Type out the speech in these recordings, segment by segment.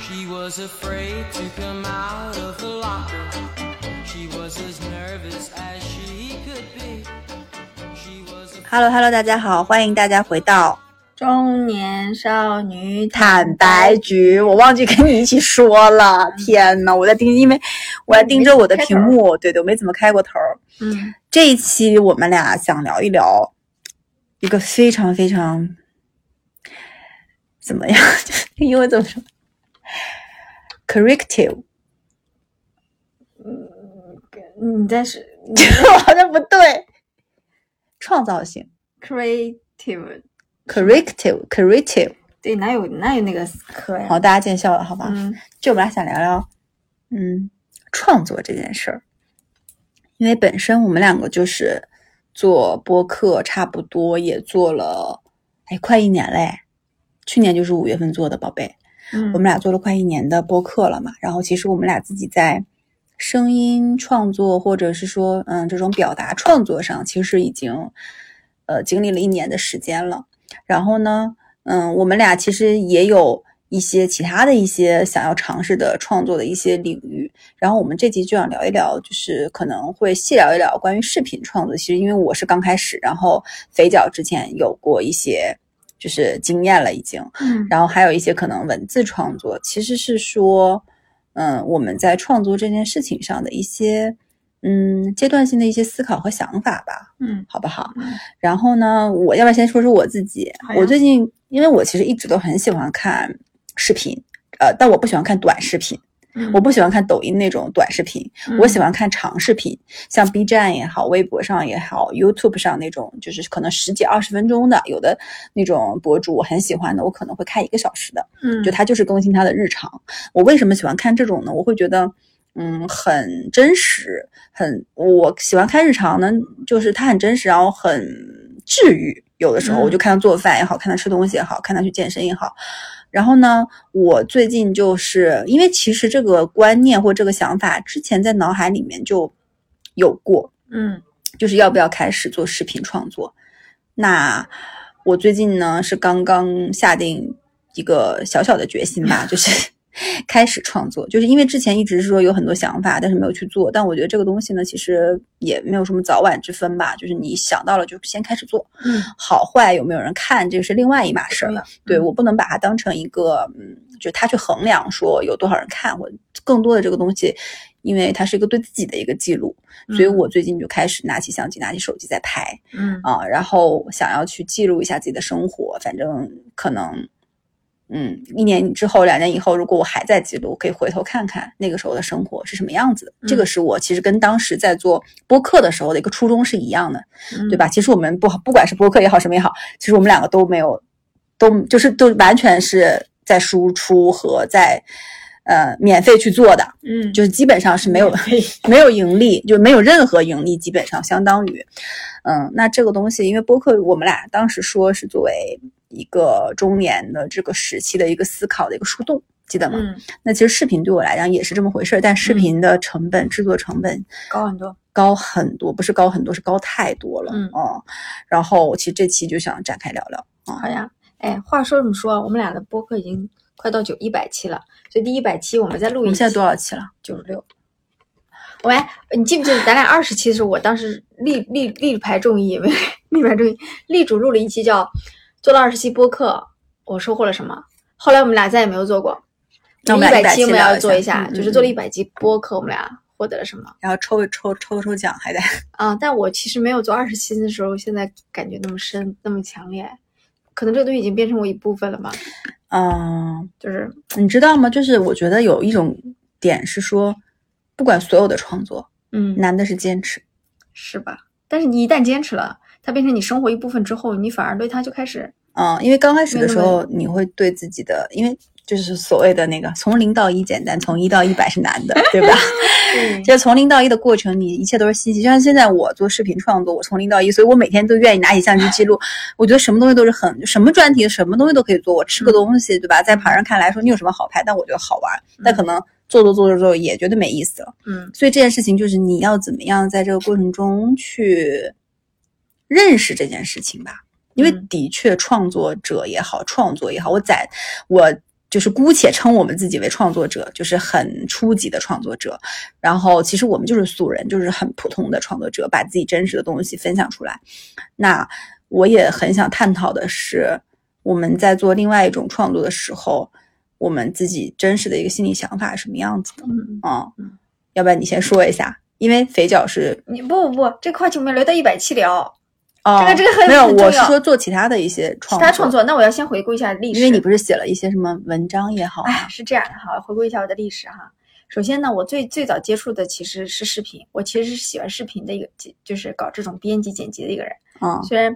She was afraid to come out of the locker. She was as nervous as she could be. She was a Hello Hello，大家好，欢迎大家回到中年少女坦白局。我忘记跟你一起说了，天呐，我在盯，因为我在盯着我的屏幕，对嗯对，我没怎么开过头。嗯，这一期我们俩想聊一聊一个非常非常怎么样， 英文怎么说？corrective， 嗯你在是好像不对，创造性 creative， corrective，corrective。对，哪有哪有那个科呀？好，大家见笑了，好吧？嗯，就我们俩想聊聊，嗯，创作这件事儿，因为本身我们两个就是做播客，差不多也做了，哎，快一年嘞，去年就是五月份做的，宝贝，嗯，我们俩做了快一年的播客了嘛。然后其实我们俩自己在声音创作，或者是说，嗯，这种表达创作上，其实已经呃经历了一年的时间了。然后呢，嗯，我们俩其实也有一些其他的一些想要尝试的创作的一些领域。然后我们这集就想聊一聊，就是可能会细聊一聊关于视频创作。其实因为我是刚开始，然后肥脚之前有过一些就是经验了已经。嗯然后还有一些可能文字创作，其实是说，嗯，我们在创作这件事情上的一些，嗯，阶段性的一些思考和想法吧，嗯好不好？嗯然后呢，我要不要先说说我自己？好呀我最近，因为我其实一直都很喜欢看视频，呃，但我不喜欢看短视频，嗯，我不喜欢看抖音那种短视频，我喜欢看长视频，像 B 站也好，微博上也好，YouTube 上那种，就是可能十几二十分钟的，有的那种博主我很喜欢的，我可能会看一个小时的。嗯，就他就是更新他的日常。我为什么喜欢看这种呢？我会觉得，嗯，很真实，很我喜欢看日常呢，就是它很真实，然后很治愈。有的时候嗯我就看他做饭也好看他吃东西也好看他去健身也好。然后呢，我最近就是因为其实这个观念或这个想法之前在脑海里面就有过，嗯就是要不要开始做视频创作。那我最近呢是刚刚下定一个小小的决心吧，就是 开始创作，就是因为之前一直是说有很多想法，但是没有去做。但我觉得这个东西呢，其实也没有什么早晚之分吧，就是你想到了就先开始做，嗯好坏有没有人看，这是另外一码事儿了。对我不能把它当成一个，嗯，就是他去衡量说有多少人看，或更多的这个东西，因为它是一个对自己的一个记录，所以嗯我最近就开始拿起相机、拿起手机在拍嗯啊，然后想要去记录一下自己的生活，反正可能。嗯，一年之后、两年以后，如果我还在记录，我可以回头看看那个时候的生活是什么样子的。这个嗯是我其实跟当时在做播客的时候的一个初衷是一样的，嗯对吧？其实我们不好，不管是播客也好，什么也好，其实我们两个都没有，都就是都完全是在输出和在呃免费去做的，嗯，就是基本上是没有免费 没有盈利，就没有任何盈利，基本上相当于，嗯，那这个东西，因为播客我们俩当时说是作为一个中年的这个时期的一个思考的一个树洞，记得吗？嗯那其实视频对我来讲也是这么回事儿，但视频的成本、制作成本高很多，高很多，不是高很多，是高太多了。嗯哦，然后其实这期就想展开聊聊。好呀。哎，话说这么说，我们俩的播客已经快到九一百期了，所以第一百期我们再我录一们期。啊现在多少期了？九十六。喂，你记不记得咱俩二十期的时候，我当时力力力排众议，没 力排众议，力主录了一期叫“做了二十期播客，我收获了什么”。后来我们俩再也没有做过。那我们俩百100期我们聊要一做下一下，嗯就嗯是做了嗯一百期播客，我们俩获得了什么然后抽抽抽抽奖还在。啊？但我其实没有做二十期的时候，现在感觉那么深，那么强烈，可能这个东西已经变成我一部分了吧。 嗯，就是你知道吗？就是我觉得有一种点是说，不管所有的创作，嗯，难的是坚持。是吧？但是你一旦坚持了，它变成你生活一部分之后，你反而对它就开始嗯，因为刚开始的没时那么候，你会对自己的，因为就是所谓的那个从零到一简单，从一到一百是难的，对吧？对就是从零到一的过程，你一切都是信息。就像现在我做视频创作，我从零到一，所以我每天都愿意拿起相机记录。我觉得什么东西都是很，什么专题什么东西都可以做。我吃个东西，对吧？在旁人看来说你有什么好拍，但我觉得好玩。但可能做做做做做也觉得没意思了。嗯所以这件事情就是你要怎么样在这个过程中去认识这件事情吧，因为嗯的确创作者也好，创作也好，我在我。就是姑且称我们自己为创作者，就是很初级的创作者。然后其实我们就是素人，就是很普通的创作者，把自己真实的东西分享出来。那我也很想探讨的是，我们在做另外一种创作的时候，我们自己真实的一个心理想法是什么样子的嗯，啊、要不然你先说一下，因为肥脚是你不不不，这个话题我们留到一百期聊。哦，这个这个很没有，很重我是要说做其他的一些其创他创，作，那我要先回顾一下历史，因为你不是写了一些什么文章也好哎啊，，是这样的哈，回顾一下我的历史哈。首先呢，我最最早接触的其实是视频，我其实是喜欢视频的一个，就是搞这种编辑剪辑的一个人。啊虽然，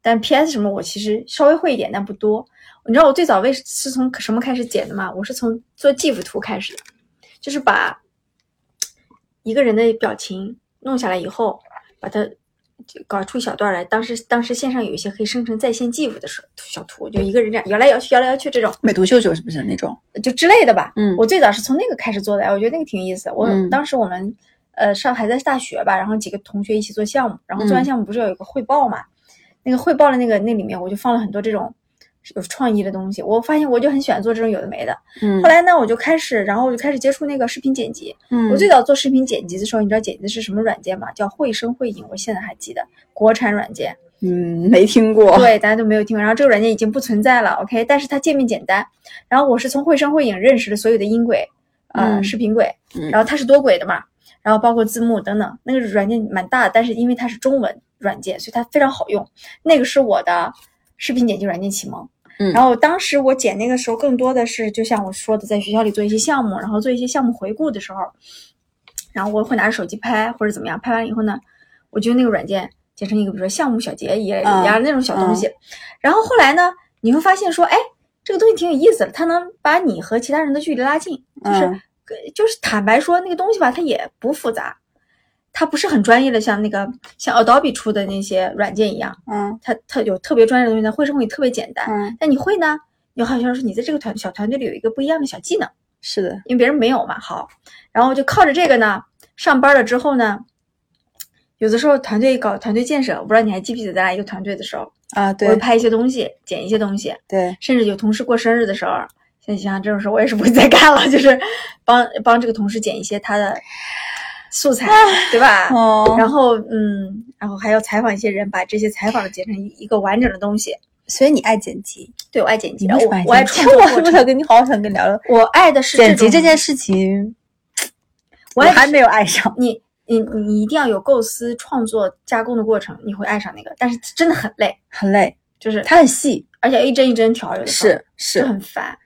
但 PS 什么我其实稍微会一点，但不多。你知道我最早为是从什么开始剪的吗？我是从做 GIF 图开始的，就是把一个人的表情弄下来以后，把它就搞出一小段来。当时当时线上有一些可以生成在线 GIF 的时候小图，就一个人这样摇来摇去，摇来摇去这种。美图秀秀是不是那种？就之类的吧。嗯我最早是从那个开始做的，哎我觉得那个挺有意思的。我、嗯当时我们呃上还在大学吧，然后几个同学一起做项目，然后做嗯完项目不是有一个汇报嘛？那个汇报的那个那里面我就放了很多这种有创意的东西。我发现我就很喜欢做这种有的没的。嗯后来呢，我就开始，然后我就开始接触那个视频剪辑。嗯我最早做视频剪辑的时候，你知道剪辑是什么软件吗？叫绘声绘影，我现在还记得，国产软件。嗯没听过，对，大家都没有听过。然后这个软件已经不存在了，OK，但是它界面简单。然后我是从绘声绘影认识的所有的音轨，呃，嗯视频轨，嗯然后它是多轨的嘛，然后包括字幕等等。那个软件蛮大的，但是因为它是中文软件，所以它非常好用。那个是我的视频剪辑软件启蒙。嗯然后当时我剪那个时候更多的是，就像我说的，在学校里做一些项目，然后做一些项目回顾的时候，然后我会拿着手机拍或者怎么样，拍完以后呢，我就用那个软件剪成一个，比如说项目小结一类的嗯呀、那种小东西。然后后来呢，你会发现说，哎，这个东西挺有意思的，它能把你和其他人的距离拉近，就是、呃嗯就是坦白说，那个东西吧，它也不复杂。它不是很专业的，像那个像 Adobe 出的那些软件一样，嗯它它有特别专业的东西，它绘声绘影特别简单。嗯，但你会呢，你好像是你在这个团小团队里有一个不一样的小技能，是的，因为别人没有嘛。好，然后就靠着这个呢，上班了之后呢，有的时候团队搞团队建设，我不知道你还记不记得咱俩一个团队的时候，啊我对会拍一些东西，剪一些东西，对，甚至有同事过生日的时候。像像这种事，我也是不会再干了， 就是帮帮这个同事剪一些他的素材，对吧？哦，然后，嗯，然后还要采访一些人，把这些采访的剪成一一个完整的东西。所以你爱剪辑，对，我爱剪辑，你然为后什么爱我我爱剪辑？创作我过我想 程，跟你好好想跟你聊聊我爱的是剪辑这种件事情，我我爱还的没有爱上，你你你一定要有构思、创作、加工的过程，你会爱上那个，但是真的很累，很累，就是它很细，而且一帧一帧调，有的时候是是就，很烦。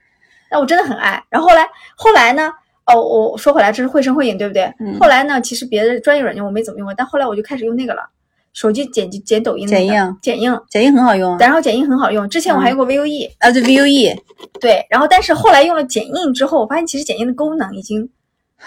但我真的很爱。然后后来后来呢？哦，我我说回来，这是绘声绘影，对不对？嗯后来呢，其实别的专业软件我没怎么用过，但后来我就开始用那个了，手机剪辑剪抖音、那个，剪映剪映，剪映很好用啊，然后剪映很好用。之前我还用过 VOE，、啊对 VUE 对，然后但是后来用了剪映之后，我发现其实剪映的功能已经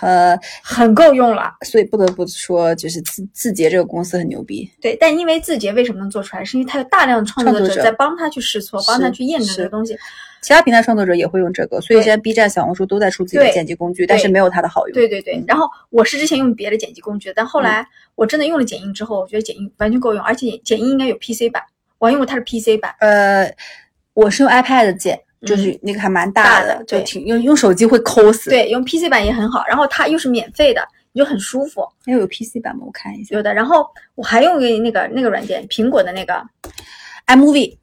呃，很够用了。所以不得不说，就是字字节这个公司很牛逼，对，但因为字节为什么能做出来，是因为它有大量的创创作作者者在帮他去试错，帮他是去验证这是个东西。其他平台创作者也会用这个，所以对现在 B 站、小红书都在出自己的对剪辑工具，但是没有它的好用。对对对。然后我是之前用别的剪辑工具的，但后来我真的用了剪映之后，我觉得剪映完全够用，而且剪映应该有 PC 版，我还用过它的 PC 版。呃，我是用 iPad 剪，就是那个还蛮大嗯大的就对挺用用手机会抠死。，对，用 PC 版也很好，然后它又是免费的，你就很舒服。那哎有 PC 版吗？我看一下有的，然后我还用一个那个那个软件，苹果的那个，呃，iMovie。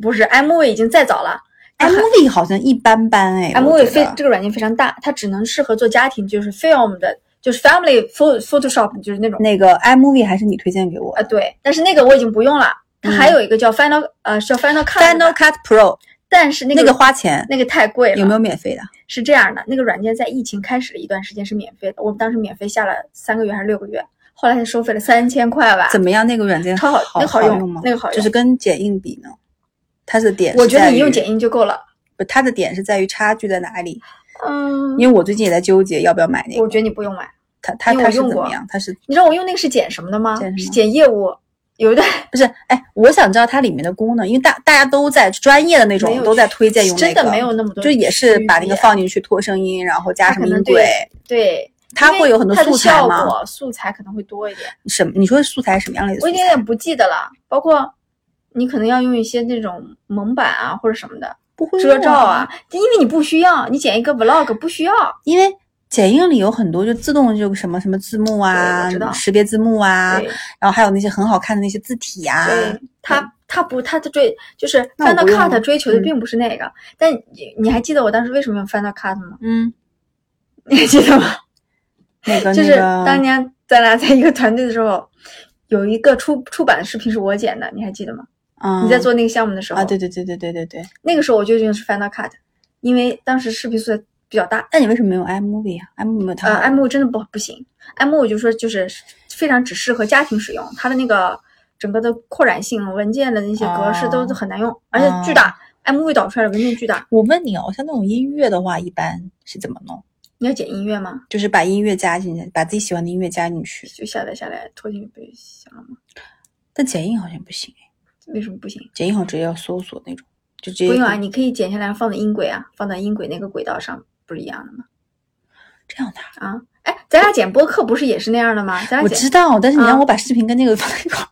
不是 iMovie 已经再早了 iMovie 好像一般般哎啊 iMovie 非非这个软件非常大，它只能适合做家庭，就是 film 的，就是 family pho- Photoshop，就是那种。那个 iMovie 还是你推荐给我啊，对，但是那个我已经不用了。它还有一个叫 Final，、呃，叫嗯 Final Cut， ，Final Cut Pro 但是那个那个花钱那个太贵了。有没有免费的？是这样的，那个软件在疫情开始的一段时间是免费的，我们当时免费下了三个月还是六个月，后来才收费了三千块吧。怎么样？那个软件超好那个好好用吗？那个好用就是跟剪映比呢，它的点我觉得你用映剪映就够了。它的点是在于差距在哪里？嗯，因为我最近也在纠结要不要买那我个，觉得你不用买。它它因为它我是用怎么过样？它是你知道我用那个是剪什么的吗？剪什是么剪业务，有 一段不是？哎，我想知道它里面的功能，因为大大家都在专业的那没种有都在推荐用那真个，的没有那么多就区别，啊也是把那个放进去拖声音，然后加它什可么能音对轨，对，它因会为有很多它的素材效吗果素材可能会多一点。什么？你说素材什么样类的素我已材？经有点不记得了，包括你可能要用一些那种蒙版啊或者什么的，不会遮用罩啊，，因为你不需要，你剪一个 vlog 不需要。因为剪映里有很多就自动就什么什么字幕啊对我知道，识别字幕啊，对然后还有那些很好看的那些字体呀、对，嗯他他不，他的追就是嗯那我 Final 不用了 Cut 追求的嗯并不是那个。但你你还记得我当时为什么要 Final Cut 吗？ 嗯，你还记得吗？那个就是那个当年咱俩在一个团队的时候，有一个出出版的视频是我剪的，你还记得吗？嗯你在做那个项目的时候啊，对，对对对对对对，那个时候我就用的是 Final Cut，因为当时视频素材比较大。那你为什么没有 iMovie 啊？iMovie 没有它呃好，M 真的不不行，M 我就说就是非常只适合家庭使用，它的那个整个的扩展性、文件的那些格啊式都哦都很难用，而且巨大。M V 导出来的文件巨大，我问你哦，像那种音乐的话，一般是怎么弄？你要剪音乐吗？就是把音乐加进去，把自己喜欢的音乐加进去。就下载下来拖进去不就行了吗？但剪映好像不行，哎为什么不行？剪映好像直接要搜索那种，就直接不用啊，你可以剪下来放在音轨啊，放到音轨那个轨道上，不是一样的吗？这样的啊。啊，哎，咱俩剪播客不是也是那样的吗？咱我俩知剪道，但是你让啊我把视频跟那个放在一块儿，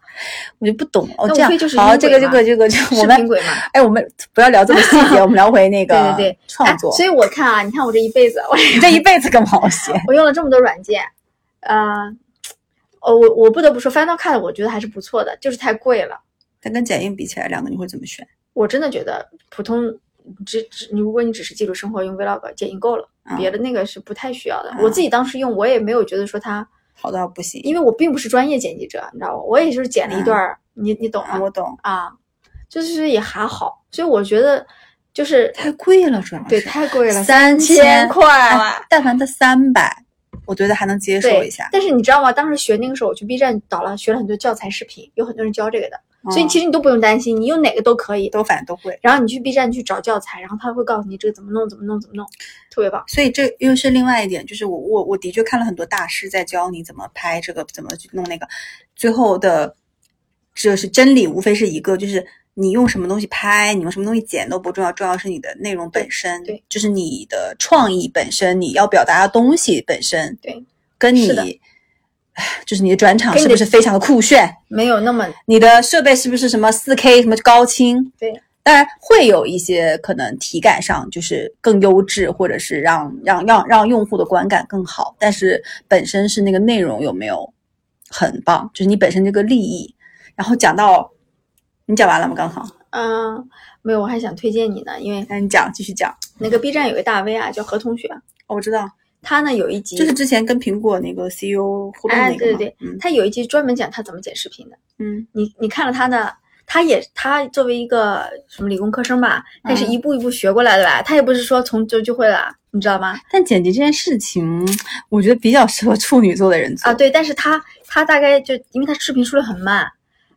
我就不懂了。哦这那无非样就是好，音这轨个这嘛个这个，这个我视们频轨嘛。哎，我们不要聊这么细 节，我们聊回那对个对对，创作。哎。所以我看啊，你看我这一辈子，我你这一辈子干嘛我写？我用了这么多软件，呃，哦，我我不得不说，Final Cut 我觉得还是不错的，就是太贵了。但跟剪映比起来，两个你会怎么选？我真的觉得普通，只只如果你只是记录生活用 Vlog 剪映够了，嗯别的那个是不太需要的。嗯我自己当时用，我也没有觉得说它，好到不行，因为我并不是专业剪辑者，你知道吧？我也就是剪了一段儿，你你懂嗯啊，吗？我懂，啊，就是也还好，所以我觉得就是太贵了，主要是对太贵了，三千块哎了。但凡它三百，我觉得还能接受对一下，。但是你知道吗？当时学那个时候，我去 B 站导了，学了很多教材视频，有很多人教这个的，所以嗯其实你都不用担心，你用哪个都可以。都反正都会。然后你去 B 站去找教材，然后他会告诉你这个怎么弄，怎么弄，怎么弄，特别棒。所以这又是另外一点，就是我我我的确看了很多大师在教你怎么拍这个，怎么去弄那个，最后的这是真理，无非是一个，就是你用什么东西拍，你用什么东西剪都不重要，重要是你的内容本身，对对就是你的创意本身，你要表达的东西本身，对，跟是的你。唉就是你的转场跟是你不是的非常的酷炫？没有那么你的设备是不是什么四 K 什么高清？对，当然会有一些可能体感上就是更优质，或者是让让让让用户的观感更好，但是本身是那个内容有没有很棒，就是你本身这个利益。然后讲到你讲完了吗？刚好，哎嗯、没有。我还想推荐你呢，因为那你讲继续讲。那个 B 站有个大 V 啊，叫何同学，哦我知道，他呢有一集就是之前跟苹果那个 CEO 互动那个哎，嘛对对对，嗯他有一集专门讲他怎么剪视频的。嗯你你看了他的，他也他作为一个什么理工科生吧，他也是嗯一步一步学过来的吧，他也不是说从就就会了，你知道吗？但剪辑这件事情，我觉得比较适合处女座的人做啊，对，但是他他大概就因为他视频出的很慢，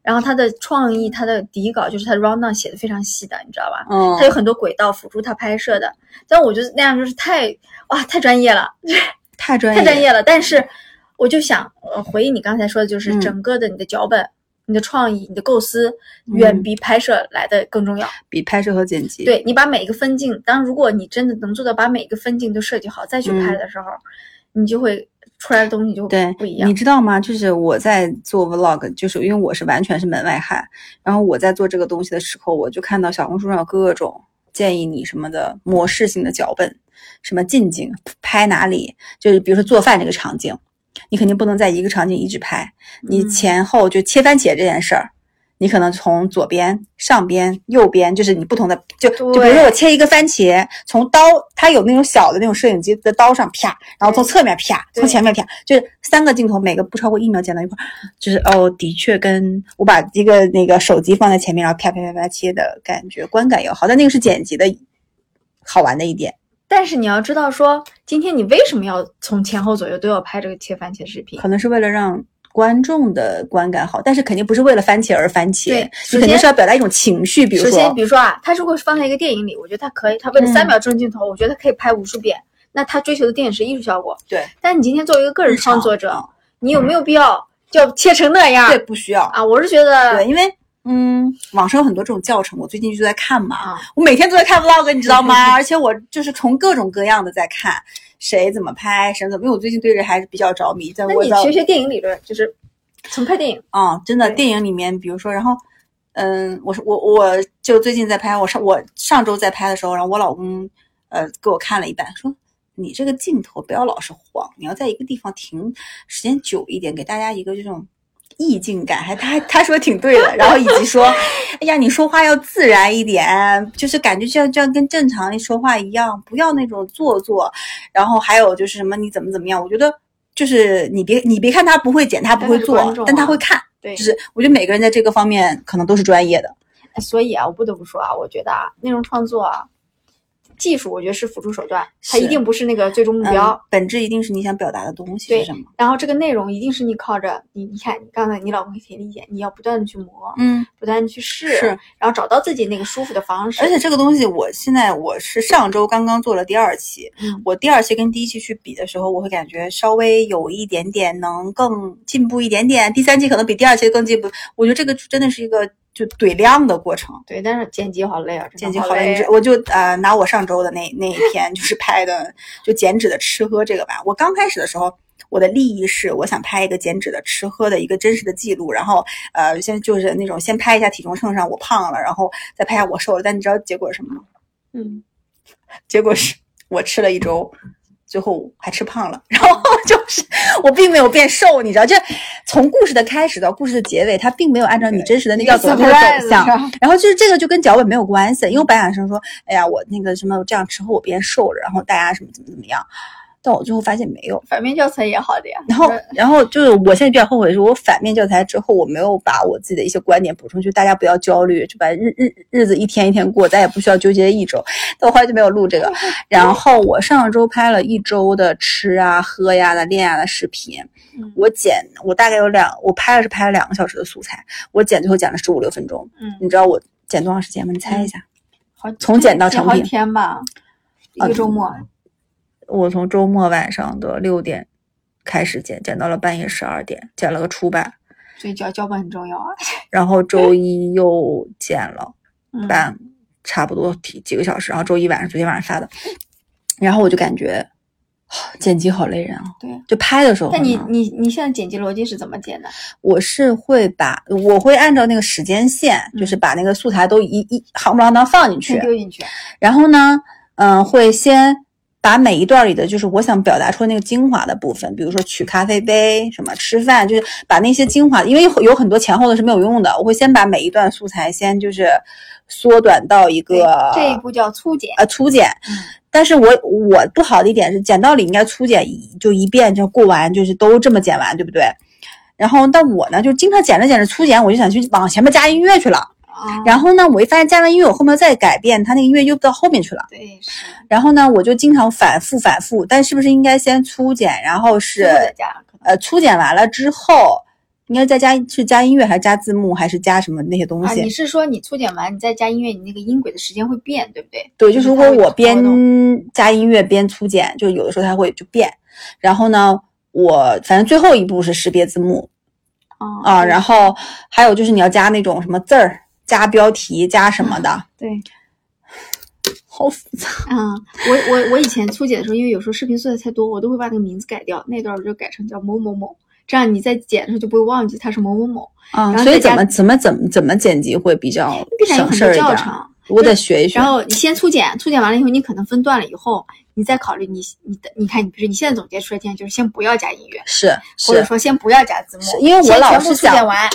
然后他的创意，他的底稿就是他 round down 写的非常细的，你知道吧？嗯他有很多轨道辅助他拍摄的，但我觉得那样就是太哇太专业了，太专业，太专业了。但是我就想呃回应你刚才说的，就是嗯整个的你的脚本、你的创意、你的构思，远嗯比拍摄来的更重要。比拍摄和剪辑。对你把每一个分镜，当如果你真的能做到把每一个分镜都设计好，再去拍嗯的时候，你就会出来的东西就对，不一样你。知道吗？就是我在做 vlog，就是因为我是完全是门外汉，然后我在做这个东西的时候，我就看到小红书上有各种建议你什么的模式性的脚本，什么近景拍哪里，就是比如说做饭这个场景，你肯定不能在一个场景一直拍，你嗯前后就切番茄这件事儿。你可能从左边、上边、右边，就是你不同的，就就比如说对我切一个番茄，从刀，它有那种小的那种摄影机的刀上啪，然后从对侧面啪，从对前面啪，就是三个镜头，每个不超过一秒剪到一块儿，就是哦，的确跟我把一个那个手机放在前面，然后啪啪啪啪切的感觉观感要好，但那个是剪辑的好玩的一点，但是你要知道说，今天你为什么要从前后左右都要拍这个切番茄视频可？能是为了让。观众的观感好，但是肯定不是为了番茄而番茄对，你首肯定先是要表达一种情绪，比如首先，说比如说啊，他如果是放在一个电影里，我觉得他可以，他为了嗯三秒钟镜头，我觉得他可以拍无数遍。那他追求的电影是艺术效果。对但你今天作为一个个人创作者，嗯你有没有必要就要切成那样？对不需要，啊，我是觉得对，因为嗯，网上有很多这种教程，我最近就在看嘛，啊，我每天都在看 vlog，你知道吗？ 而且我就是从各种各样的在看谁怎么拍，谁怎么，因为我最近对这还是比较着迷。但那我你在学学电影理论，就是从拍电影。啊、真的对电影里面，比如说，然后嗯，我是我我就最近在拍，我上我上周在拍的时候，然后我老公呃给我看了一版，说你这个镜头不要老是晃，你要在一个地方停时间久一点，给大家一个这种意境感。还他他说挺对的，然后以及说， 哎呀，你说话要自然一点，就是感觉就像就像跟正常说话一样，不要那种做作。然后还有就是什么你怎么怎么样，我觉得就是你别你别看他不会剪，他不但会他是做，观众但他啊会看。对就，是我觉得每个人在这个方面可能都是专业的。哎所以啊，我不得不说啊，我觉得啊，内容创作啊，技术我觉得是辅助手段，它是一定不是那个最终目标。嗯，本质一定是你想表达的东西对嗯是什么。然后这个内容一定是你靠着你，你看你刚才你老公也挺理解，你要不断的去磨，嗯，不断的去试，是然后找到自己那个舒服的方式。而且这个东西，我现在我是上周刚刚做了第二期，嗯我第二期跟第一期去比的时候，我会感觉稍微有一点点能更进步一点点，第三期可能比第二期更进步。我觉得这个真的是一个就怼量的过程。对，但是剪辑好累啊，真的剪辑好好了，你知我就呃拿我上周的那 那一篇就是拍的，就减脂的吃喝这个吧。我刚开始的时候，我的利益是我想拍一个减脂的吃喝的一个真实的记录，然后呃先就是那种先拍一下体重秤上我胖了，然后再拍下我瘦了。但你知道结果是什么吗？嗯，结果是我吃了一周，最后还吃胖了，然后就是我并没有变瘦，你知道，这从故事的开始到故事的结尾，它并没有按照你真实的那条走路的走向。向，然后就是这个就跟脚本没有关系，因为白晓生说，哎呀，我那个什么这样吃后我变瘦了，然后大家什么怎么怎么样，但我最后发现没有。反面教材也好的呀。然后，然后就是我现在比较后悔的是，我反面教材之后，我没有把我自己的一些观点补充去，大家不要焦虑，就把日日日子一天一天过，咱也不需要纠结一周。但我后来就没有录这个。然后我上周拍了一周的吃啊、喝呀、的练呀的视频，嗯我剪我大概有两，我拍了是拍了两个小时的素材，我剪最后剪了十五六分钟。嗯，你知道我剪多长时间吗？你猜一下。好， 从剪到成好几品啊嗯天吧，一个周末。我从周末晚上的六点开始剪，剪到了半夜十二点，剪了个初版，所以脚脚本很重要啊。然后周一又剪了嗯，半，差不多几几个小时，然后周一晚上昨天晚上发的，然后我就感觉啊剪辑好累人啊，对。就拍的时候那很你忙，你你现在剪辑逻辑是怎么剪的？我是会把我会按照那个时间线，嗯就是把那个素材都一一行不啷当放进去，先丢进去。然后呢，嗯、会先把每一段里的就是我想表达出的那个精华的部分，比如说取咖啡杯、什么吃饭，就是把那些精华，因为有有很多前后的是没有用的，我会先把每一段素材先就是缩短到一对个，这一嗯步叫粗剪。呃粗剪。但是我我不好的一点是，讲道理应该粗剪一就一遍就过完，就是都这么剪完，对不对？然后，但我呢，就经常剪着剪着粗剪，我就想去往前面加音乐去了。啊，呃然后呢，我一发现加完音乐，我后面再改变，它那个音乐又到后面去了。对是。然后呢，我就经常反复反复，但是不是应该先粗剪，然后最是后再加可能呃粗剪完了之后，应该再加是加音乐还是加字幕还是加什么那些东啊，西？你是说你粗剪完，你再加音乐，你那个音轨的时间会变，对不对？对，就是如果它会我跳边动加音乐边粗剪，就有的时候它会就变。然后呢，我反正最后一步是识别字幕啊，对然后还有就是你要加那种什么字儿、加标题、加什么 的，对，好复杂。嗯，我我我以前粗剪的时候，因为有时候视频素材太多，我都会把那个名字改掉，那段我就改成叫某某某，这样你在剪的时候就不会忘记它是某某某，啊然后所以再怎加么怎么怎么怎么剪辑会比较必然有省很事多儿一教点？程。我得学一学。然后你先粗剪，粗剪完了以后，你可能分段了以后，你再考虑你你的，你看你比如你现在总结出来的经验就是先不要加音乐，是或者是，说先不要加字幕是，因为我先老全部是粗剪想完，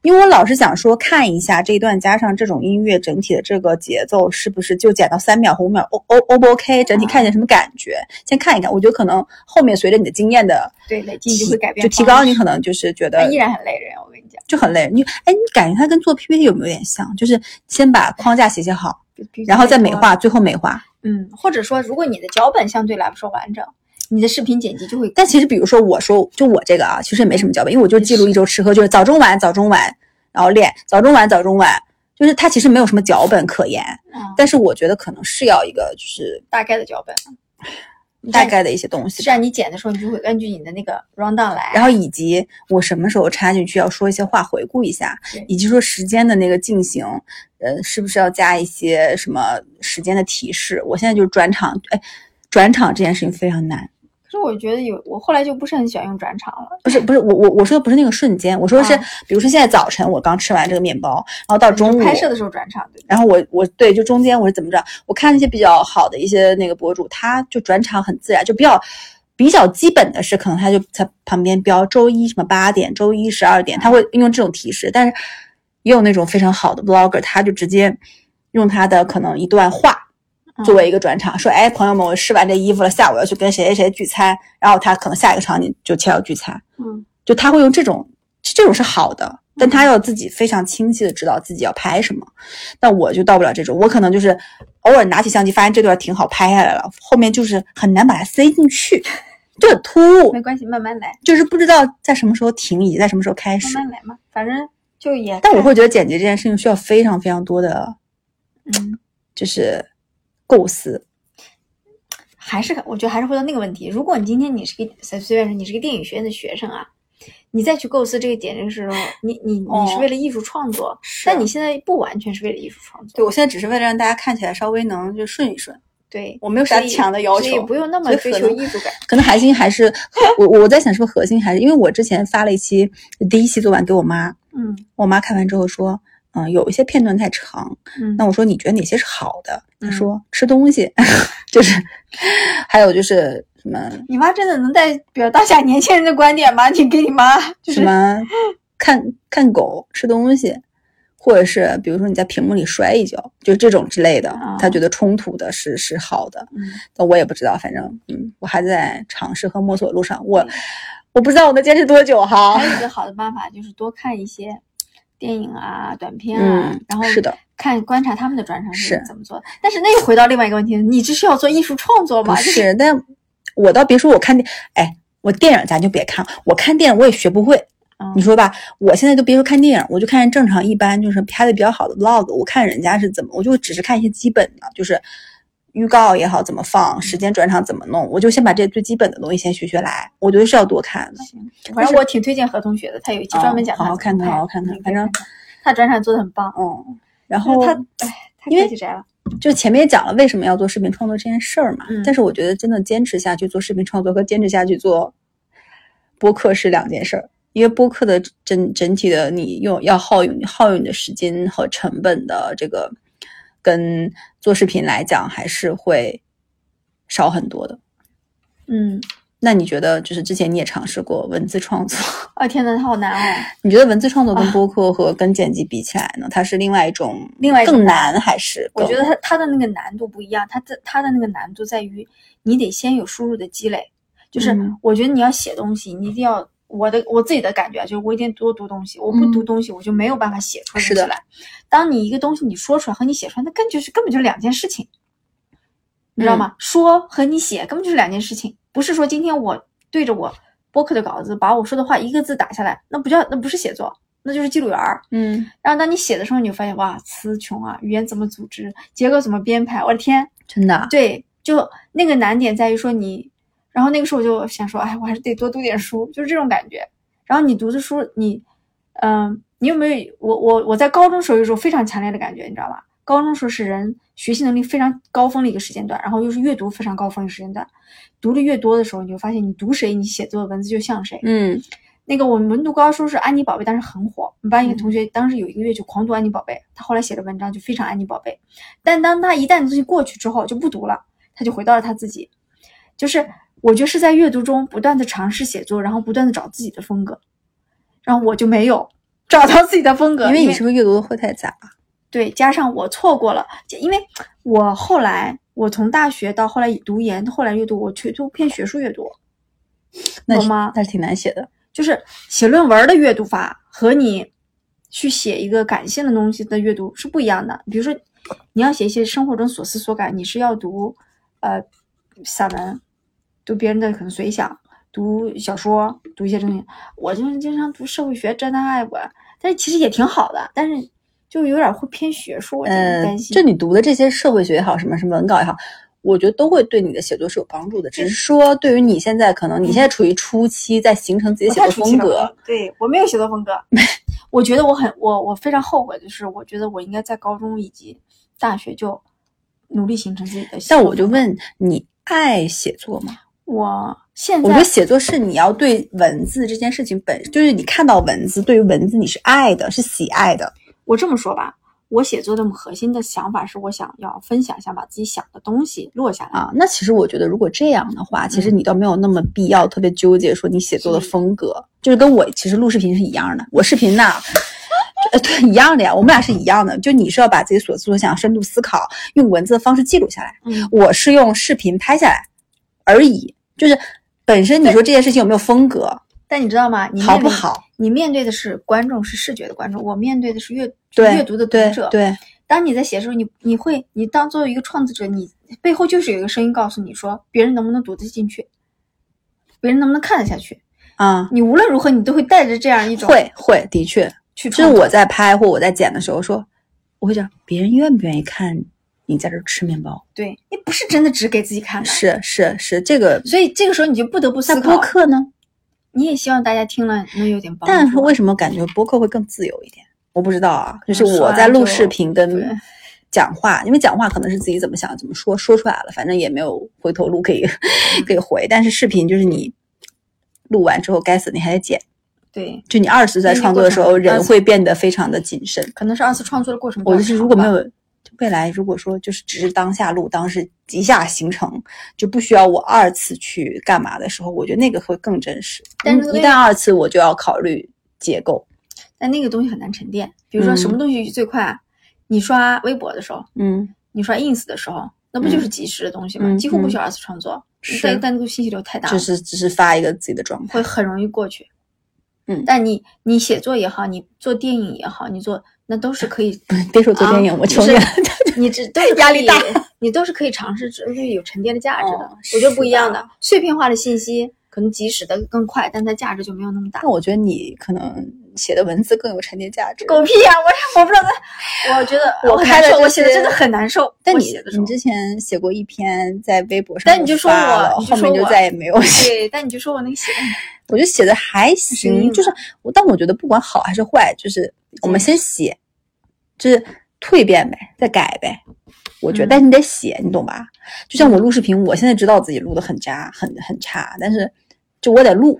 因为我老是想说看一下这一段加上这种音乐整体的这个节奏是不是就减到三秒或五秒，O O O 不 OK？整体看起来什么感觉？先看一看，我觉得可能后面随着你的经验的对，累积提你就会改变就方式，提高，你可能就是觉但得依然很累人，我跟你讲，就很累。你哎，你感觉它跟做 PPT 有没有点像？就是先把框架写写好，就必须然后再美多化，最后美化。嗯，或者说，如果你的脚本相对来说完整，你的视频剪辑就会但其实比如说我说就我这个啊，其实也没什么脚本，因为我就记录一周吃喝，就是早中晚早中晚，然后练早中晚早中晚，就是它其实没有什么脚本可言。嗯但是我觉得可能是要一个就是大概的脚本。你大这样概的一些东西这吧。样你剪的时候，你就会根据你的那个 round down 来。然后以及我什么时候插进去，要说一些话回顾一下对，以及说时间的那个进行，呃，是不是要加一些什么时间的提示？我现在就是转场，哎，转场这件事情非常难，是我觉得有，我后来就不是很喜欢用转场了。不是不是，我我我说的不是那个瞬间，我说的是，啊比如说现在早晨我刚吃完这个面包，然后到中就午拍摄的时候转场，对然后我我对就中间我是怎么着？我看那些比较好的一些那个博主，他就转场很自然，就比较比较基本的是，可能他就在旁边标周一什么八点，周一十二点，他会用这种提示。但是也有那种非常好的 vlogger，他就直接用他的可能一段话作为一个转场，说：“哎，朋友们，我试完这衣服了，下午要去跟谁谁谁聚餐。”然后他可能下一个场景就切到聚餐，嗯，就他会用这种，这种是好的，但他要自己非常清晰的知道自己要拍什么。那我就到不了这种，我可能就是偶尔拿起相机，发现这段挺好拍下来了，后面就是很难把它塞进去， 就很突兀没，关系，慢慢来，就是不知道在什么时候停以，在什么时候开慢始。慢来嘛，反正就也看。但我会觉得剪辑这件事情需要非常非常多的，嗯，就是构思。还是我觉得还是回到那个问题，如果你今天你是个随随便说你是个电影学院的学生啊，你再去构思这个点的时候，你你你是哦为了艺术创作，是啊但你现在不完全是为了艺术创作，对我现在只是为了让大家看起来稍微能就顺一顺，对，我没有啥所以强的要所以求不用那所么以追可求能艺术感。可能核心还 是我我我在想是不是核心还是因为我之前发了一期第一期做完给我妈，嗯我妈看完之后说，嗯、有一些片段太长，嗯那我说你觉得哪些是好的？他嗯说吃东西， 就是还有就是什么你妈真的能代表当下年轻人的观点吗？你给你妈 就是什 么看看狗吃东西，或者是比如说你在屏幕里摔一跤，就这种之类的啊，他觉得冲突的是是好的。嗯但我也不知道，反正嗯，我还在尝试和摸索路上，嗯我我不知道我能坚持多久哈还。有一个好的办法就是多看一些电影啊、短片啊，嗯，然后是的，看观察他们的转场是怎么做的。但是那又回到另外一个问题，你这是要做艺术创作不吗？就是是，但我倒别说我看电，哎，我电影咱就别看，我看电影我也学不会。你嗯说吧，我现在都别说看电影，我就看正常一般就是拍的比较好的 vlog，我看人家是怎么，我就只是看一些基本的，就是预告也好怎么放，嗯时间转场怎么弄，我就先把这最基本的东西先学学来。我觉得是要多看的，行，嗯反正我挺推荐何同学的，他有一期专门讲哦好他好怎么看看拍好好看看你可以反正看他转场做的很棒。嗯。然但后是他哎，太因为科技宅了。就前面也讲了为什么要做视频创作这件事儿嘛，嗯但是我觉得真的坚持下去做视频创作和坚持下去做播客是两件事儿，因为播客的整整体的你用要耗用耗用你的时间和成本的这个，跟做视频来讲还是会少很多的。嗯，那你觉得就是之前你也尝试过文字创作，哦天呐，他好难哦。你觉得文字创作跟啊播客和跟剪辑比起来呢，它是另外一种另外一种更难还是我更觉得它它的那个难度不一样，它的它的那个难度在于你得先有输入的积累，就是嗯我觉得你要写东西，你一定要我的我自己的感觉啊，就是我一定多读东西，我不读东西我就没有办法写出东西嗯是的来。当你一个东西你说出来和你写出来，那根本就是根本就是两件事情，嗯你知道吗？说和你写根本就是两件事情，不是说今天我对着我播客的稿子把我说的话一个字打下来，那不叫那不是写作，那就是记录员儿。嗯，然后当你写的时候，你就发现哇，词穷啊，语言怎么组织，结构怎么编排，我的天，真的啊对，就那个难点在于说你，然后那个时候我就想说，哎，我还是得多读点书，就是这种感觉。然后你读的书，你，嗯、你有没有？我我我在高中时候有一种非常强烈的感觉，你知道吧？高中时候是人学习能力非常高峰的一个时间段，然后又是阅读非常高峰的时间段。读的越多的时候，你就发现你读谁，你写作的文字就像谁。嗯那个我们读高中时，《安妮宝贝》当时很火，我们班嗯一个同学当时有一个月就狂读《安妮宝贝》，他后来写的文章就非常《安妮宝贝》，但当他一旦东西过去之后就不读了，他就回到了他自己，就是我觉得是在阅读中不断的尝试写作，然后不断的找自己的风格，然后我就没有找到自己的风格，因为你是不是阅读的会太杂？对，加上我错过了，因为我后来我从大学到后来读研，后来阅读我去都偏学术阅读，那懂是吗那是挺难写的。就是写论文的阅读法和你去写一个感性的东西的阅读是不一样的。比如说，你要写一些生活中所思所感，你是要读呃散文，读别人的可能随想，读小说，读一些东西。我就是经常读社会学，真的爱我，但是其实也挺好的，但是就有点会偏学术，我就呃担，心。就你读的这些社会学也好，什么什么文稿也好，我觉得都会对你的写作是有帮助的。只是说，对于你现在可能你现在处于初期，在形成自己我写嗯太作出气风了格。，对我没有写作风格。 我觉得我很我我非常后悔，就是我觉得我应该在高中以及大学就努力形成自己的。但我就，问你，爱写作吗？我现我觉在得写作是你要对文字这件事情本，就是你看到文字，对于文字你是爱的，是喜爱的。我这么说吧，我写作的核心的想法是我想要分享，想把自己想的东西落下来。啊，那其实我觉得，如果这样的话，其实你倒没有那么必要特别纠结说你写作的嗯是风格，就是跟我其实录视频是一样的。我视频呐，呃，对，一样的呀，我们俩是一样的。就你是要把自己所思所想深度思考，用文字的方式记录下来，嗯，我是用视频拍下来而已。就是本身你说这件事情有没有风格，但你知道吗？你好面不临？好？你面对的是观众，是视觉的观众；我面对的是阅对，阅读的读对者。对，当你在写的时候，你你会，你当作为一个创作者，你背后就是有一个声音告诉你说，别人能不能读得进去，别人能不能看得下去。啊、你无论如何，你都会带着这样一种会会，的确，去就是创作我在拍或我在剪的时候说，我会讲别人愿不愿意看你在这儿吃面包。对你不是真的只给自己看的，是是是，这个所以这个时候你就不得不思那考播。客呢？你也希望大家听了能有点帮助。啊但是为什么感觉播客会更自由一点？我不知道啊，就是说我完在录就视频对跟讲话，因为讲话可能是自己怎么想怎么说，说出来了，反正也没有回头路可以嗯 可以回。但是视频就是你录完之后，该死你还得剪。对，就你二十岁那在个创过作的程时候，而人且会变得非常的谨慎。可能是二次创作的过程比较我长吧。就是如果没有，就未来如果说就是只是当下录，当时一下形成，就不需要我二次去干嘛的时候，我觉得那个会更真实。但是嗯那一个旦二次，我就要考虑结构。但那个东西很难沉淀。比如说嗯什么东西最快啊？你刷微博的时候，嗯，你刷 ins 的时候，那不就是即时的东西吗？嗯几乎不需要二次创作，是但但那个信息流太大了，就是只是发一个自己的状态 会。很容易过去。嗯但你你写作也好，你做电影也好，你做那都是可以，别说做电影，啊我求你了。 你这都是压力大可以，你都是可以尝试，这是有沉淀的价值的。哦我觉得不一样是的，碎片化的信息可能即时的更快，但它价值就没有那么大。但我觉得你可能写的文字更有沉淀价值。狗屁呀、我也我不知道在，我觉得我很拍难的受这我写的些真的很难受。但我你写的时你候之前写过一篇在微博上，但你就说我你就后说面就我再也没有写。对，但你就说我那个写的很我觉得写的还行，硬就是我，但我觉得不管好还是坏，就是我们先写，就是蜕变呗，再改呗。我觉得，嗯但是你得写，你懂吧？就像我录视频，我现在知道自己录的很渣，很很差，但是就我得录，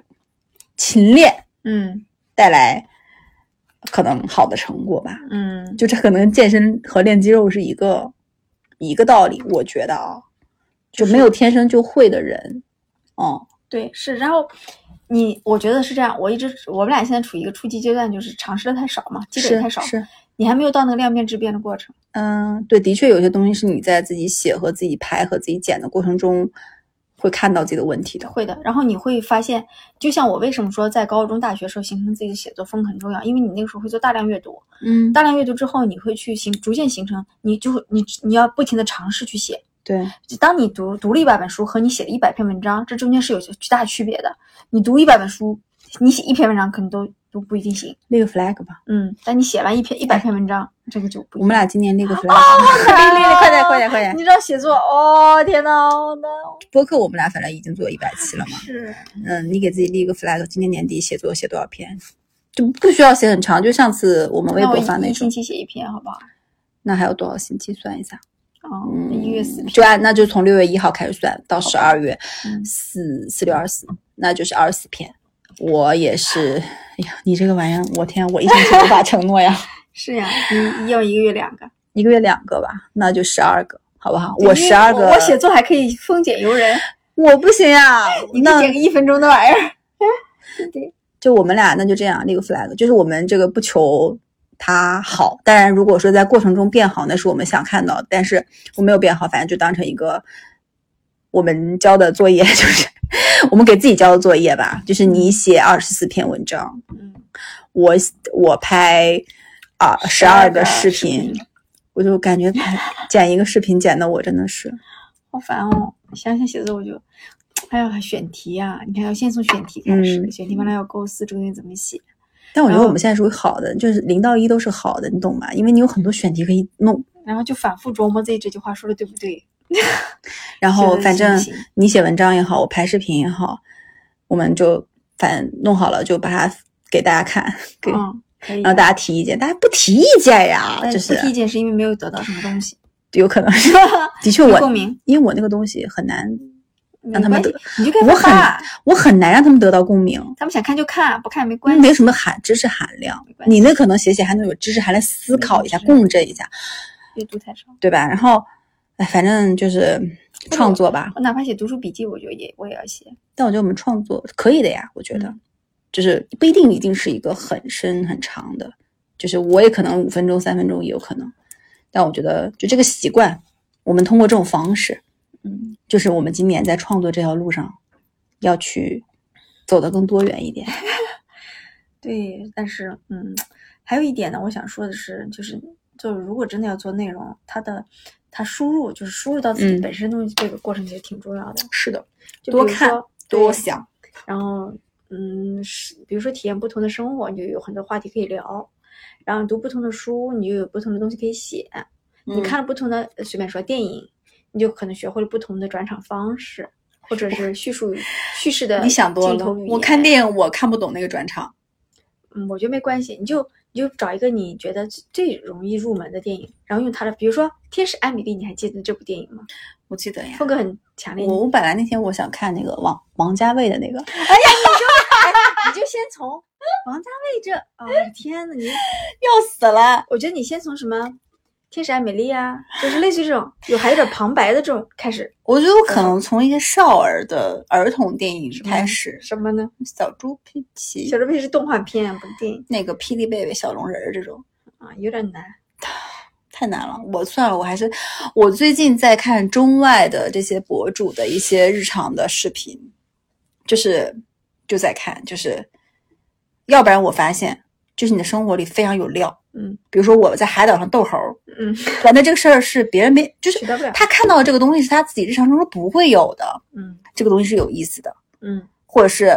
勤练嗯带来可能好的成果吧。嗯，就这可能健身和练肌肉是一个一个道理，我觉得啊，就没有天生就会的人，哦，对，是。然后你，我觉得是这样。我一直我们俩现在处于一个初级阶段，就是尝试的太少嘛，积累是得太少，是。你还没有到那个量变质变的过程。嗯，对，的确有些东西是你在自己写和自己排和自己剪的过程中会看到自己的问题的。会的。然后你会发现，就像我为什么说在高中、大学时候形成自己的写作风格很重要，因为你那个时候会做大量阅读，嗯，大量阅读之后，你会去形逐渐形成，你就会你你要不停的尝试去写。对，就当你读读了一百本书和你写了一百篇文章，这中间是有巨大区别的。你读一百本书，你写一篇文章可能都都不一定行，立个 flag 吧，嗯，但你写完一篇一百篇文章，这个就不一我们样俩今年哦立个 flag，、立立立， 快点快点快点！啊你知道写作，哦天呐，我的播客我们俩反正已经做一百期了嘛，是嗯，你给自己立个 flag，今年年底写作写多少篇？就不需要写很长，就上次我们微那我博一发那一种星，期写一篇，好不好？那还有多少星期算一下？哦，嗯，一个月四篇，就按那就从六月一号开始算到十二月嗯四四六二四，那就是二十四篇。我也是，哎呀，你这个玩意儿，我天，我一生就无法承诺呀。是呀，你要一个月两个， 一个月两个吧，那就十二个，好不好？对我因为十二个，我写作还可以丰俭由人，我不行 呀、你可以那写个一分钟的玩意儿。对，就我们俩那就这样立个 flag，就是我们这个不求它好，当然如果说在过程中变好，那是我们想看到的，但是我没有变好，反正就当成一个我们交的作业， 就是我们给自己交的作业吧，就是你写二十四篇文章，嗯，我我拍啊十二12个个视视频频，我就感 觉拍剪一个视频剪的我真的是。好烦哦！想想写作我就，哎呀，选题呀、你看要先从选题开始，嗯选题完了要构思这个东西怎么写。但我觉然得后我们现在属于好的，就是零到一都是好的，你懂吗？因为你有很多选题可以弄，然后就反复琢磨自己这句话说的对不对。然后是的反正是的你写文章也好，我拍视频也好，我们就反正弄好了就把它给大家看，给、嗯，可以然后大家提意见，大家不提意见呀，但就是啊是不提意见是因为没有得到什么东西， 有可能是，的确没我共鸣。因为我那个东西很难让他们没得关系，你就给我他很发，我很难让他们得到共鸣，他们想看就看，不看没关系。没有什么含知识含量没。关系你那可能写写还能有知识含量，思考一下，没关系共振一下，阅读太少，对吧？然后，哎，反正就是者创作吧。我哪怕写读书笔记，我就也我也要写。但我觉得我们创作可以的呀，我觉得，嗯就是不一定一定是一个很深很长的，就是我也可能五分钟、三分钟也有可能。但我觉得就这个习惯，我们通过这种方式，嗯，就是我们今年在创作这条路上要去走得更多元一点。对，但是嗯，还有一点呢，我想说的是，就是就是如果真的要做内容，它的它输入就是输入到自己嗯本身东西，这个过程其实挺重要的。是的，就多比如看说多，对想，然后嗯，是比如说体验不同的生活，你就有很多话题可以聊。然后读不同的书，你就有不同的东西可以写。你嗯看了不同的，呃随便说电影，你就可能学会了不同的转场方式，或者是叙述叙事的你想多镜了头语。我言看电影我看不懂那个转场，嗯，我觉得没关系，你就你就找一个你觉得最最容易入门的电影，然后用它的，比如说《天使艾米丽》，你还记得这部电影吗？我记得呀。风格很强烈，你我我本来那天我想看那个王王家卫的那个，你就先从王家卫这，啊、天呐，你要死了。我觉得你先从什么《天使爱美丽》啊，就是类似于这种有还有点旁白的这种开始，我觉得我可能从一个少儿的儿童电影开始，嗯什么呢？小猪佩奇小，时候是动画片，不是电影那个霹雳贝贝、小龙人儿这种啊，有点难。太难了。我算了，我还是我最近在看中外的这些博主的一些日常的视频，就是就在看，就是要不然我发现，就是你的生活里非常有料。嗯比如说我在海岛上逗猴儿， 嗯，对吧？那这个事儿是别人没，就是取代不了他看到的这个东西是他自己日常中是不会有的，嗯这个东西是有意思的。嗯，或者是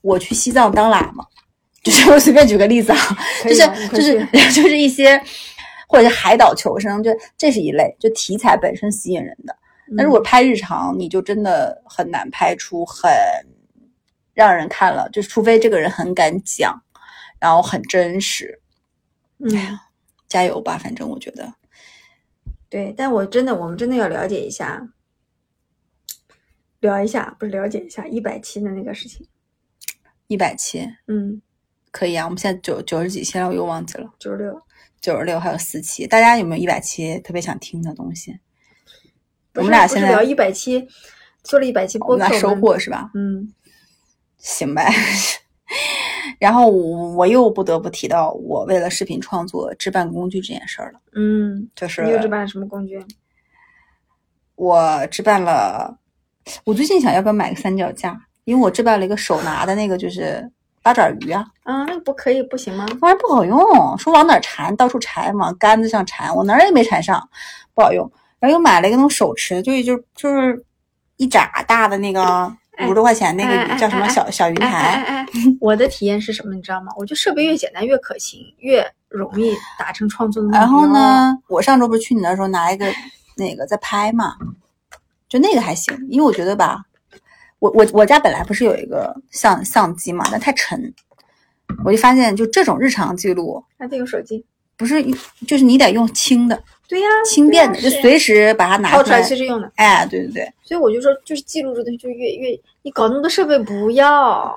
我去西藏当喇嘛，就是我随便举个例子啊，可就以是吗你快就是 就是一些，或者是海岛求生，就这是一类，就题材本身吸引人的。那嗯如果拍日常，你就真的很难拍出很让人看了，就是除非这个人很敢讲，然后很真实。嗯嗯加油吧，反正我觉得对，但我真的我们真的要了解一下，聊一下不是了解一下一百期的那个事情，一百期嗯，可以啊。我们现在九九十几期了，我又忘记了九十六，九十六还有四期。大家有没有一百期特别想听的东西？不我们是俩不现是在聊一百期，做了一百期我播们客，俩收获是吧？嗯行呗。 然后我我又不得不提到我为了视频创作置办工具这件事儿了，嗯，就是你又置办了什么工具？我置办了，我最近想要不要买个三脚架，因为我置办了一个手拿的那个就是八爪鱼啊，啊，那个不可以不行吗？发现不好用，说往哪儿缠，到处缠，往杆子上缠，我哪儿也没缠上，不好用。然后又买了一个那种手持的，就是就是就是一拃大的那个哎五十多块钱那哎哎个叫什么哎小小云哎哎台，哎哎，我的体验是什么？你知道吗？我觉得设备越简单越可行，越容易达成创作的目哦标。然后？呢，我上周不是去你那儿的时候拿一个那个在拍嘛，就那个还行，因为我觉得吧，我我我家本来不是有一个相相机嘛，但太沉，我就发现就这种日常记录，还得有手机。不是就是你得用轻的、对呀、轻便的，哦对就呀是啊随时把它拿掏出出来来。随时用的。哎，对对对，所以我就说，就是记录这东西就越越，你搞那么多设备不要，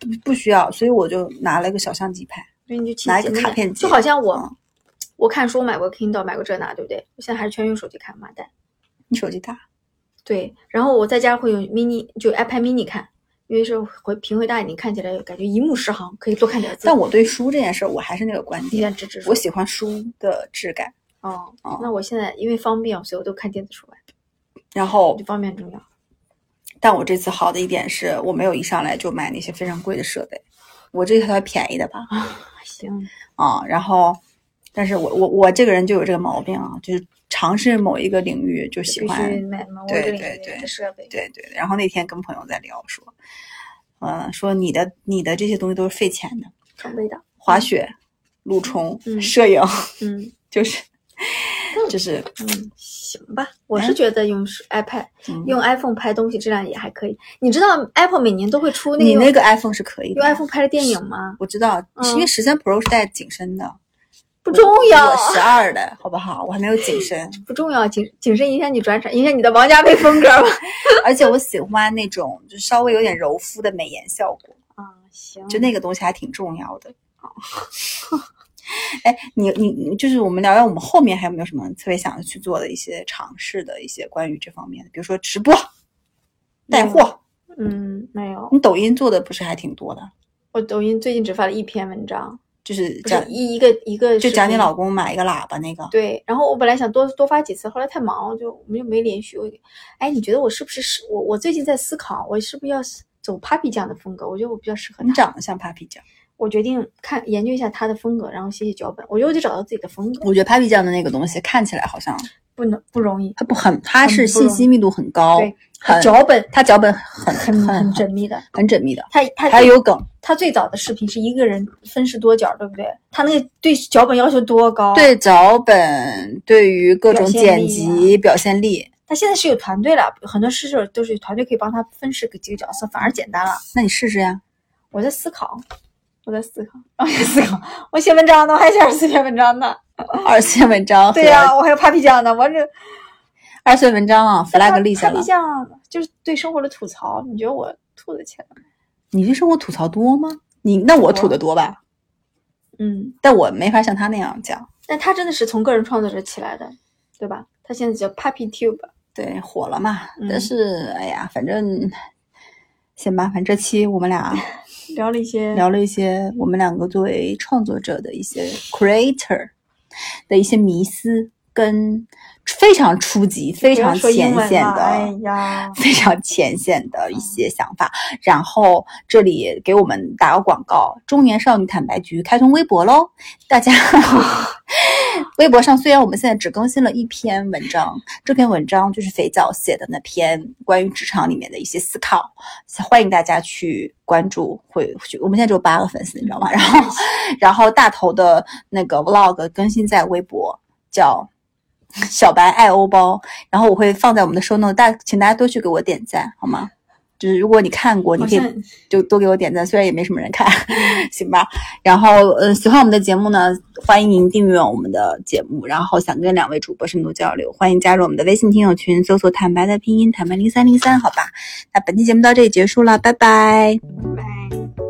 不不需要，所以我就拿了一个小相机拍。所以你就轻拿一个简单卡点片机就好像我、嗯我看书买过 Kindle，买过这那，对不对？我现在还是全用手机看，妈蛋。你手机大，对，然后我在家会用 mini，就 iPad mini 看，因为是回屏会大一点，看起来感觉一目十行，可以多看点字。但我对书这件事儿，我还是那个观一点，点直直说我喜欢书的质感，哦哦，那我现在因为方便，所以我都看电子书版，然后我觉得方便重要。但我这次好的一点是我没有一上来就买那些非常贵的设备，我这台便宜的吧，行，啊，然后，但是我我我这个人就有这个毛病啊，就是尝试某一个领域就喜必欢，须买某对个领对域对的设备。对对。然后那天跟朋友在聊说，呃，说你的你的这些东西都是费钱的，装备的，滑雪、路冲、嗯摄影，嗯就是就是嗯，行吧。我是觉得用手 iPad、嗯用 iPhone 拍东西质量也还可以。你知道 Apple 每年都会出那个你用那个 iPhone 是可以的用 iPhone 拍的电影吗？哎我知道，是因为十三 Pro 是带景深的，不不重要我，十二的好不好？我还没有紧 身，不重要，谨谨慎影响你转场，影响你的王家卫风格 吧。而且我喜欢那种就稍微有点柔肤的美颜效果，啊，行，就那个东西还挺重要的。哦哎，你你你就是我们聊聊我们后面还有没有什么特别想去做的一些尝试的一些关于这方面的，比如说直播、带货，嗯，没有，你抖音做的不是还挺多的，我抖音最近只发了一篇文章，就是不是讲一一个一个就视讲你频老公买一个喇叭那个，对，然后我本来想多多发几次，后来太忙了，就我们就没连续。我哎，你觉得我是不是是我我最近在思考，我是不是要是走 Papi 这样的风格？我觉得我比较适合你他。长得像 Papi 酱，我决定看研究一下他的风格，然后写写脚本。我觉得我得找到自己的风格，我觉得 Papi 酱的那个东西看起来好像不能不容易。它不很，它很是不信容易息密度很高，对很脚本它脚本很很很很很缜密的，很缜密的，他他还有梗。他最早的视频是一个人分饰多角，对不对？他那个对脚本要求多高？，对脚本，对于各表种现剪力啊辑表现力，他现在是有团队了，很多事都是有团队可以帮他分饰几个角色，反而简单了。那你试试呀。我在思考，我在思考， 我在思考，我写文章呢，我还写二十四篇文章呢。二线文章，对呀、，我还有 Papi 酱呢，我这二线文章啊但，flag 立下 Papi 了。酱就是对生活的吐槽，你觉得我吐得起来吗？你对生活吐槽多吗？你那我吐的多吧，嗯，但我没法像他那样讲。但他真的是从个人创作者起来的，对吧？他现在叫 Papi Tube，对，火了嘛。嗯但是，哎呀，反正行吧，反正这期我们俩聊了一些聊了一些我们两个作为创作者的一些 creator 的一些迷思，跟非常初级、非不要常说前英文线了的。哎呀， 非常前线的一些想法。然后这里给我们打个广告，中年少女坦白局开通微博喽，大 家。微博上虽然我们现在只更新了一篇文章，这篇文章就是肥皂写的那篇关于职场里面的一些思考，欢迎大家去关注。会，我们现在只有八个粉丝，你知道吗？然后，然后大头的那个 vlog 更新在微博，叫小白爱欧包，然后我会放在我们的 show note，大请大家多去给我点赞，好吗？就是如果你看过，你好可以像就多给我点赞，虽然也没什么人看， 行吧。然后，呃，喜欢我们的节目呢，欢迎您订阅我们的节目。然后想跟两位主播深度交流，欢迎加入我们的微信听友群，搜索“坦白”的拼音“坦白零三零三”，好吧。那本期节目到这里结束了，拜拜。拜。